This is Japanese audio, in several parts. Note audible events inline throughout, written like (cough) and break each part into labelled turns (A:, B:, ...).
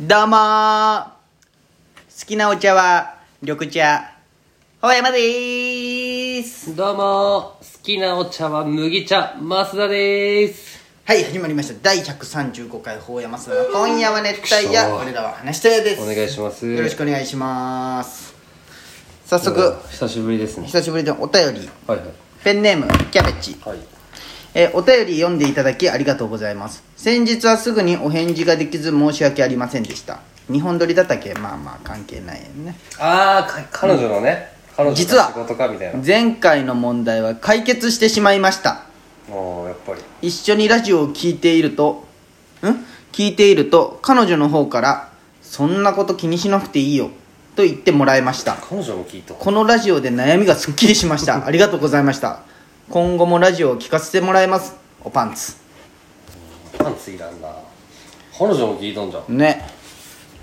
A: どうもー好きなお茶は緑茶ほうやまでーす
B: どうも好きなお茶は麦茶増田です
A: はい始まりました第135回ほうやますの今夜は熱帯夜
B: くそー
A: 俺らは話したやです
B: お願いします
A: よろしくお願いします早
B: う
A: 速
B: わ久しぶりですね
A: 久しぶりのお便り
B: はいはい
A: ペンネームキャベチ
B: はい
A: えーお便り読んでいただきありがとうございます先日はすぐにお返事ができず申し訳ありませんでした日本撮りだったけまあまあ関係ないよね
B: ああ彼女のね、彼女の
A: 実は
B: 仕事かみたいな
A: 前回の問題は解決してしまいました
B: もうやっぱり
A: 一緒にラジオを聞いているとん聞いていると彼女の方から「そんなこと気にしなくていいよ」と言ってもらいました
B: 彼女も聞いた
A: このラジオで悩みがすっきりしました (laughs) ありがとうございました今後もラジオを聞かせてもらいますおパンツ
B: パンツいらんな彼女も聞いたんじゃん
A: ね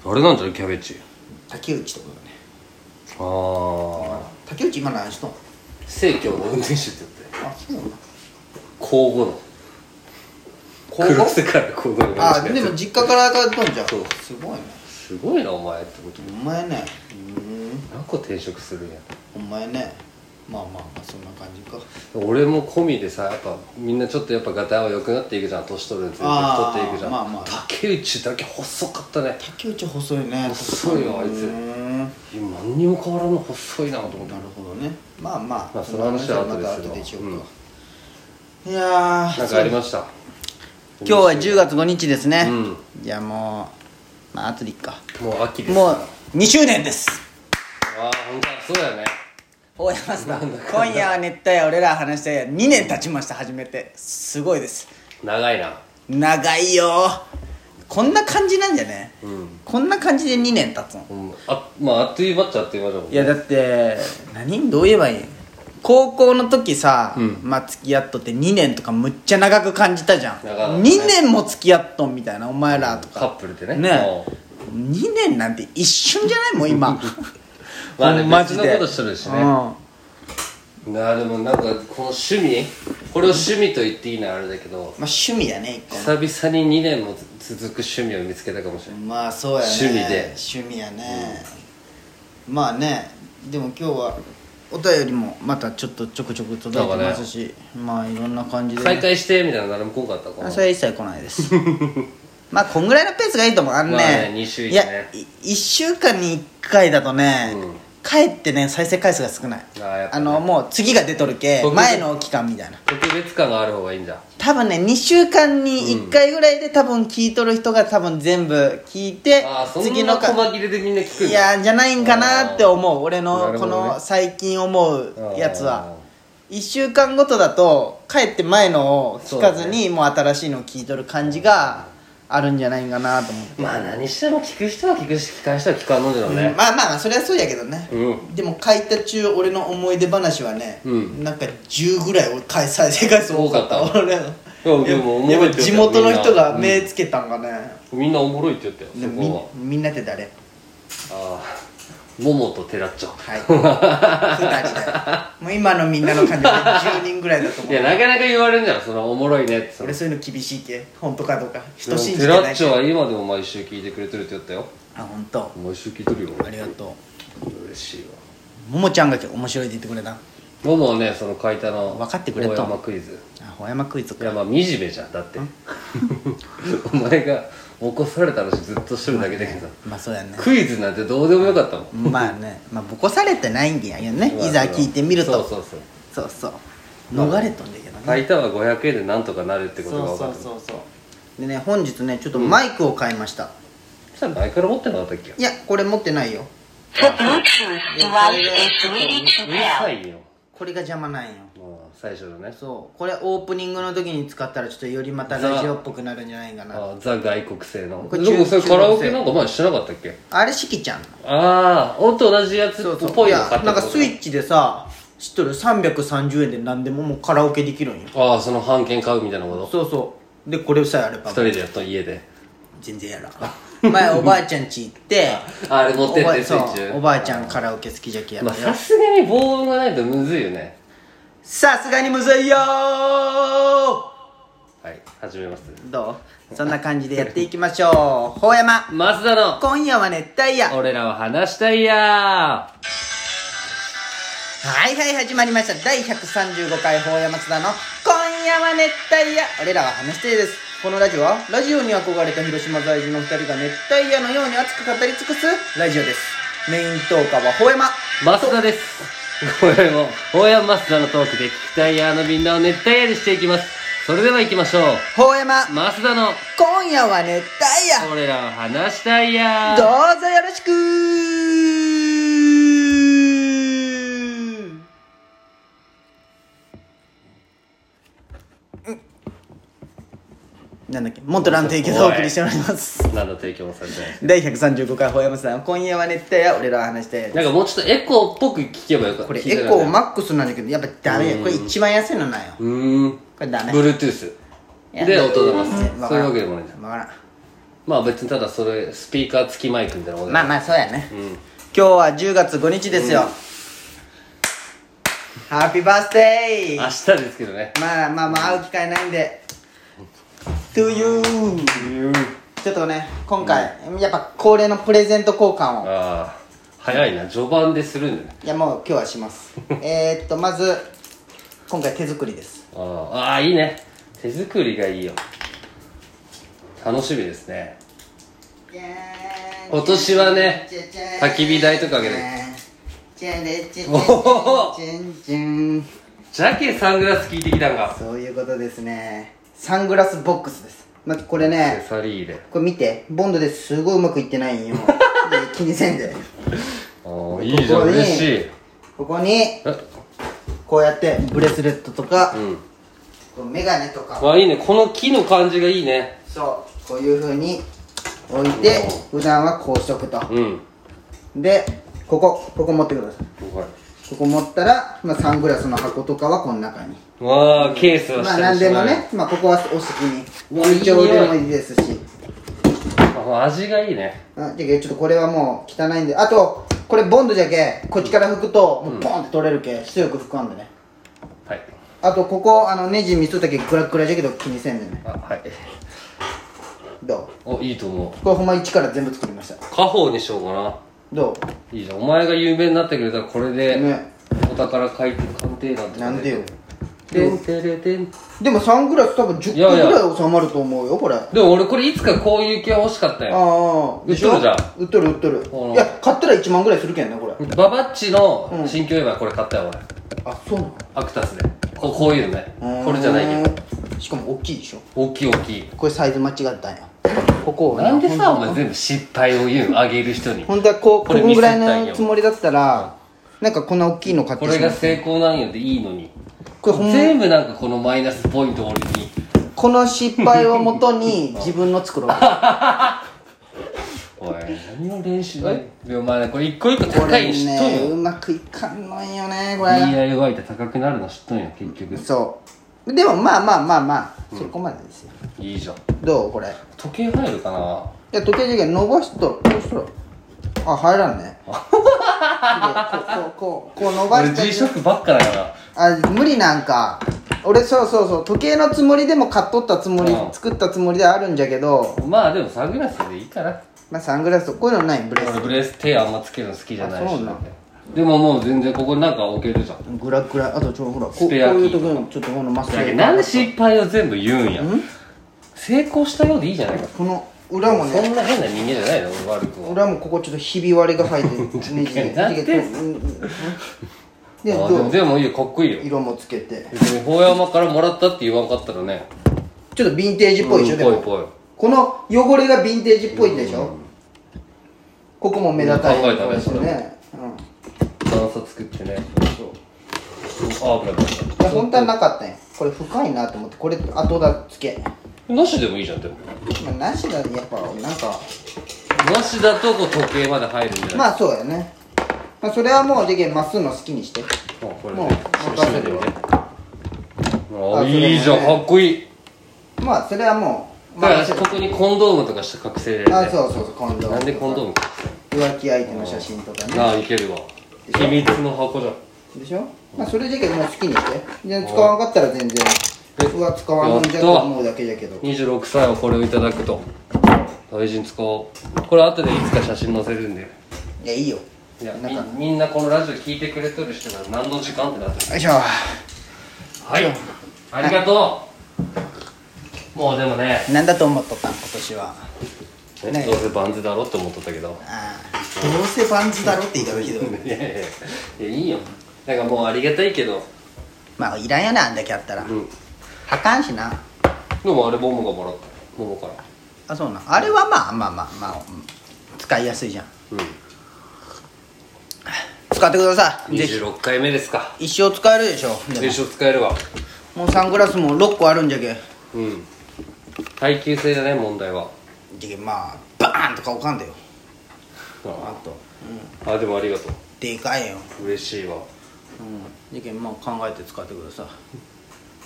B: あれなんじゃないキャベチ
A: 竹内ってことだね
B: ああ
A: 竹内今何しとんあ
B: 生協の運転手って言って
A: そうなんだ
B: 交互の
A: 互
B: 黒瀬から交互の運転手
A: あでも実家から帰っとんじゃん
B: そう
A: すごいね
B: すごいなお前ってこと
A: お前ねうん
B: 何個転職するんや
A: お前ねまあまあまあそんな感じか
B: 俺も込みでさやっぱみんなちょっとやっぱガタは良くなっていくじゃん年取るにつれて
A: あー
B: 太っていくじゃん、
A: まあまあ
B: 竹内だけ細かったね
A: 竹内細いね
B: 細いよあいつ
A: うーん
B: 今何にも変わらぬ細いなと思って
A: なるほどねまあまあ、
B: まあその話は後
A: ま
B: ですよ
A: た後でしようか、いやー
B: なんかありました
A: そう今日は10月5日ですね、
B: うん
A: いやもうまあ後でいっか
B: もう秋です
A: も
B: あ
A: う2周年です
B: あ本当だそうだよね
A: 大山さん今夜は熱帯夜俺ら話したいや2年経ちました初めてすごいです
B: 長いな
A: 長いよこんな感じなんじゃね、
B: うん
A: こんな感じで2年経つの
B: うんあまああっという間っちゃあっという間だもん
A: いやだって何どう言えばいい高校の時さ、
B: うん
A: まあ付き合っとって2年とかむっちゃ長く感じたじゃん、
B: 長かったね
A: 2年も付き合っとんみたいなお前らと
B: カ
A: か
B: ップルでね
A: ね
B: うん
A: 2年なんて一瞬じゃないもう
B: (laughs)
A: 今
B: まあね
A: ほんマジで
B: 別のことしてるしね
A: うん
B: なあでもなんかこの趣味これを趣味と言っていいならあれだけど
A: まあ趣味だね一個
B: 久々に2年も続く趣味を見つけたかもしれない
A: まあそうやね
B: 趣味で
A: 趣味やね、まあねでも今日はお便りもまたちょっとちょくちょく届いてますし、まあいろんな感じで、
B: 再開してみたいなの誰も来んかったかな
A: それは一切来ないです (laughs) まあこんぐらいのペースがいいと思うあのね,、
B: まあね二週一
A: いや
B: ね
A: 1週間に1回だとね、
B: うん
A: かえってね再生回数が少ない
B: あーやっぱね
A: のもう次が出とるけ
B: 僕
A: 前の期間みたいな
B: 特別感がある方がいいんじゃん
A: 多分ね2週間に1回ぐらいで多分聞いとる人が多分全部聞いて、
B: ああそ
A: 次
B: んな
A: のか
B: 細切れでみんな聞くん
A: い
B: だ
A: やじゃないんかなって思う俺の
B: なる
A: こ
B: ほどね
A: の最近思うやつは
B: あ
A: 1週間ごとだとかえって前のを聞かずにもう新しいのを聞いとる感じがあるんじゃないかなと思って、
B: まあ何しても聞く人は聞くし聞かん人は聞かんのじゃろう
A: うん
B: ね
A: まあまあそれはそうやけどね、
B: う
A: でも書いた中俺の思い出話はね、
B: うん
A: なんか10ぐらい俺回再生回数多かった
B: 多かった
A: 俺の
B: やでもおもろい
A: やっぱ
B: って言うから
A: 地元の人が
B: みんな
A: 目つけたんかね、
B: みんなおもろいって言ったよ
A: で
B: そ
A: みん
B: こ
A: みんなって誰
B: はああももとてらっちゃん
A: はい二人だよもう今のみんなの感じで10人ぐらいだと思
B: いうやなかなか言われるんじゃんそのおもろいねってその
A: 俺そういうの厳しいけ本当かどうか人信じ
B: で
A: て
B: も
A: ない
B: テラッチョは今でも毎週聞いてくれてるって言ったよ
A: あ本当。
B: 毎週聞いてるよ
A: ありがと
B: 嬉しいわ
A: うももちゃんが今日面白いって言ってくれた
B: ももはねその書いたの
A: 分かってくれと
B: 大山クイズ
A: あほやまクイズ
B: い
A: か
B: やまあ惨めじゃんだって (laughs) お前が起こされた話ずっとしてるだけだけど
A: まあそうやね
B: クイズなんてどうでもよかったもん
A: まあねまあぼこされてないんやけどね
B: まあ
A: いざ聞いてみると
B: そうそうそう
A: そうそう逃れとんだけどね、
B: 書いたは500円でなんとかなるってことが
A: そう
B: 分か
A: そう
B: る
A: そうそうでね本日ねちょっとマイクを買いました、
B: そしたら前から持ってなかったっけ
A: いやこれ持ってないよ
C: The Bluetooth device is ready
B: う
C: to
B: る
C: pair.
B: さいよ
A: これが邪魔なんよ
B: まあ最初のね
A: そうこれオープニングの時に使ったらちょっとよりまたラジオっぽくなるんじゃないかな
B: あザ外国製の
A: これ
B: でもそれ
A: 中
B: カラオケなんか前してなかったっけ
A: あれしきちゃん
B: ああ音と同じやつっ
A: そうそう
B: ぽい
A: い
B: の
A: や
B: 買って
A: なんかスイッチでさ知っとる330円で何でももうカラオケできるんよ
B: ああその半券買うみたいなこと
A: そうそうでこれさえあれば
B: 二人でやったの家で
A: 全然やらん前おばあちゃん家行って
B: ああれ (laughs) 持って
A: お
B: っ
A: ば
B: てスイ
A: そう
B: ッチ
A: おばあちゃんカラオケ好きじゃけやっ
B: まあ
A: たよ
B: さすがに防音がないとむずいよね
A: さすがにむずいよー
B: はい始めます
A: どうそんな感じでやっていきましょう。ほうやま、
B: 松田の
A: 今夜は熱帯夜。
B: 俺らは話したいや
A: はいはい始まりました第135回法山津田の「今夜は熱帯夜」俺らは話してですこのラジオはラジオに憧れた広島在住の2人が熱帯夜のように熱く語り尽くすラジオですメイントーカーは法山
B: ー松田ですこれも大山松田のトークで聞きたいやーのみんなを熱帯夜にしていきますそれでは行きましょう
A: 法山
B: 松田の
A: 今夜は熱帯夜
B: 俺らは話したいやー
A: どうぞよろしくなんだっけモントラン提供でお送りしております
B: 何の提供もされてない
A: 第135回ほやまさん今夜は熱帯夜俺らは話して
B: なんかもうちょっとエコーっぽく聞けばよかった
A: これ
B: 聞いた
A: エ
B: ら
A: コーマックスなんだけどやっぱダメよこれ一番安いのなんよ
B: うーん
A: これダメ
B: Bluetooth
A: いや
B: で音を出ます
A: うんわ
B: そ
A: か
B: う
A: ら
B: いうんわけでもないじゃん
A: わからん
B: まあ別にただそれスピーカー付きマイクみたいなことだ
A: まあまあそうやね
B: うん
A: 今日は10月5日ですよハッピーバースデ
B: 明
A: ー
B: 日ですけどね
A: まあまあまあ会う機会ないんで To you ちょっとね今回やっぱ恒例のプレゼント交換を
B: ああ早いな序盤でするんだね
A: いやもう今日はします
B: (laughs)
A: えーっとまず今回手作りです
B: あーあーいいね手作りがいいよ楽しみですね今年はね焚き火台とかあげるおほほジャケサングラス聞いてきたんか
A: そういうことですねサングラスボックスですまずこれ
B: アク
A: ね
B: セサリーで
A: これ見てボンドですごいうまくいってないんよで気にせんで
B: ああいいじゃん
A: ここに
B: 嬉しい
A: ここに
B: え
A: こうやってブレスレットとか、
B: うん
A: こうメガネとか
B: わあいいねこの木の感じがいいね
A: そうこういう風に置いて普段はこうしとくと
B: うん
A: でここここ持ってください
B: はい
A: ここ持ったら、まあ、サングラスの箱とかはこの中に
B: わあケースは
A: ま
B: 下
A: あ
B: に
A: 何でも
B: しない
A: ね、まあ、ここはお好きに
B: うわいい
A: 通帳でもいいですし
B: あ味がいいね
A: あじゃけちょっとこれはもう汚いんであとこれボンドじゃけこっちから拭くともうポンって取れるけ出力拭かんでね
B: はい
A: あとここあのネジ見とったけグラグラじゃけど気にせんでね
B: あはい
A: ど
B: おいいと思
A: うこれほんま一から全部作りました
B: う家宝にしようかな
A: ど
B: いいじゃんお前が有名になってくれたらこれで、
A: ね
B: お宝買い鑑定団とか
A: う
B: ね
A: なんでよ
B: てんてれてん
A: でもサングラス多分10
B: いや
A: 個
B: いや
A: ぐらい収まると思うよこれあ
B: でも俺これいつかこういう系欲しかったよ
A: あでしょ
B: 売っとるじゃん
A: 売っとる売っとる
B: ほら
A: いや買ったら1万ぐらいするけんねこれ
B: ババッチの新居祝いこれ買ったよ俺
A: あそうなの
B: アクタスでこうこういうのねこれじゃないけど
A: どしかも大きいでしょ
B: 大きい大きい
A: これサイズ間違ったんやここをね
B: なんでさお
A: ほん
B: 前全部失敗を言うのあげる人に
A: 本当はこう
B: こ
A: こ
B: れ
A: こぐらい
B: 見せたい
A: の
B: よ
A: つもりだったらなんかこんな大きいの買って
B: こ
A: しま
B: れ
A: った
B: が成功なんよでいいのに
A: これほん
B: 全部なんかこのマイナスポイント俺に
A: この失敗をもとに (laughs) 自分の作ろう
B: おい何の練習でお前ねこれ一個一個
A: こ
B: 高い
A: れ
B: に知っとん
A: ね
B: よ
A: うまくいかんのんよねこれ
B: DIY って高くなるの知っとんよ結局
A: そうでもまあまあまあまあそこまでですよ
B: いいじゃん
A: どうこれい
B: 時計入るかな
A: や時計時計伸ばしとるこうしとるあ入らん
B: (laughs)
A: ねでこうこうこうこう伸ば
B: 俺
A: し
B: G シ
A: と
B: ョックばっかだから
A: あ無理なんか俺そうそうそう時計のつもりでも買っとったつもり
B: うん
A: 作ったつもりではあるんじゃけど
B: まあでもサングラスでいいかな
A: まあサングラスとこういうのないブレス
B: 俺ブレス手あんまつけるの好きじゃない
A: あ
B: し
A: そうなん
B: でももう全然ここなんか置けるじゃん
A: グラグラあとちょほらこうこ
B: ス
A: う
B: ペアキー
A: いうとこにもちょっとこのマス
B: だ
A: ク
B: けどなんで失敗を全部言うんや成功したようでいいじゃないか
A: この裏も
B: そ
A: ね
B: んな変な人間じゃないの俺悪くは
A: 裏もここちょっとひび割れが入って (laughs) るネジで
B: なんで
A: でうんうんで
B: あで
A: ど
B: も
A: う
B: でもいいよかっこいいよ
A: 色もつけて
B: 別に法山からもらったって言わんかったらね
A: ちょっとヴィンテージっぽいでしょ、
B: うん
A: でも
B: ぽいぽい
A: この汚れがヴィンテージっぽいんでしょ、ここも目立たなん
B: う
A: い
B: 考えたねそれ
A: ねうん
B: 段差作ってね
A: そう
B: あ危ない危ない
A: いや本当はなかったんやこれ深いなと思ってこれ後だつけ、
B: なしでもいいじゃんでも
A: まあ、なしだとやっぱなんか
B: なしだとこう時計まで入るんじゃない
A: まあそうやね、まあ、それはもうでけまっすーの好きにして
B: あこれ
A: もう
B: ね
A: 任せるわ
B: あいいじゃんかっこいい
A: まあそれはもう
B: だか
A: ま
B: ら
A: あ
B: 私ここにコンドームとかした覚醒で、ね、
A: あそうそうそう今度
B: なんでコンドームか
A: 浮気相手の写真とかね
B: なあいけるわ秘密の箱じゃん
A: でしょまあそれだけもう好きにしてで使わなかったら全然うわ使わないんじゃと思うだけだけど
B: 26歳はこれをいただくと大事に使おうこれ後でいつか写真載せるんで
A: いやいいよ
B: いやみ
A: なんか
B: みんなこのラジオ聞いてくれとる人が何の時間ってなってる
A: よいしょ
B: はいありがとうもうでもね
A: なんだと思っとったん今年はね
B: どうせバンズだろって思っとったけど
A: ああどうせバンズだろって言い方がひどい
B: いやいやいやいいよなんかもうありがたいけど
A: まあいらんよねあんだけあったら
B: うん
A: はかんしな
B: でもあれボムがもらったももから
A: あそうなんあれはまあまあまあまあうん使いやすいじゃん
B: うん
A: 使ってくださいぜひ
B: 26回目ですか
A: 一生使えるでしょで
B: 一生使えるわ
A: ももうサングラスも6個あるんじゃけ
B: うん耐久性だね問題は
A: じゃけまあバーンとか置かんだよあ
B: あ
A: と、
B: あでもありがと
A: でかいよ
B: う嬉しいわ
A: うんじゃけまあ考えて使ってください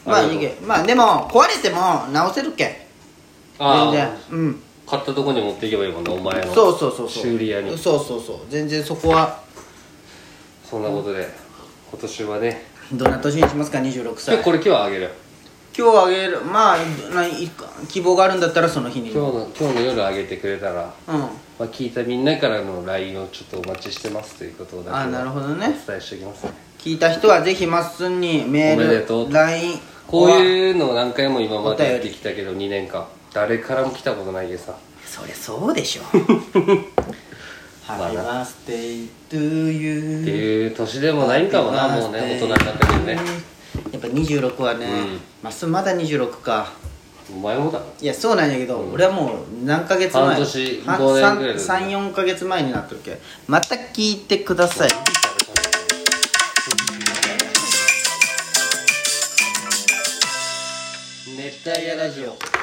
A: ま
B: あ
A: あ
B: りがと
A: じ
B: う
A: ゃけまあでも壊れても直せるけ
B: あ
A: 全
B: あ
A: 然うん
B: 買ったとこに持っていけばいいもんねお前の
A: そうそうそうそう
B: 修理屋に
A: そうそうそう全然そこは
B: そんなことで今年はね
A: どんな年にしますか26
B: 今
A: 歳
B: 日これ今日はあげる
A: 今日あげるまあないか希望があるんだったらその日に
B: 今日の今日の夜あげてくれたら、
A: うん
B: まあ、聞いたみんなからの LINE をちょっとお待ちしてますということだけ
A: あなるほどね
B: お伝えしておきますね
A: 聞いた人はぜひまっすんにメ
B: おめでと
A: ー
B: う
A: ル LINE
B: こう
A: う
B: いうのを何回も今まで
A: お
B: や
A: 便
B: っ
A: り
B: てきたけど2年間誰からも来たことないでさ
A: そりゃそうでしょ
B: (laughs)
A: Happy
B: まあな
A: birthday to
B: って
A: you
B: いう年でもないんかもなもうね大人になったけどね
A: やっぱ26はね
B: うん
A: まっすんまだ26か
B: お前もだろ
A: いやそうなんやけど、俺はもう何ヶ月前
B: 半年五年ぐらいだね
A: 34ヶ月前になっとるけまた聞いてください
B: 熱帯夜ラジオ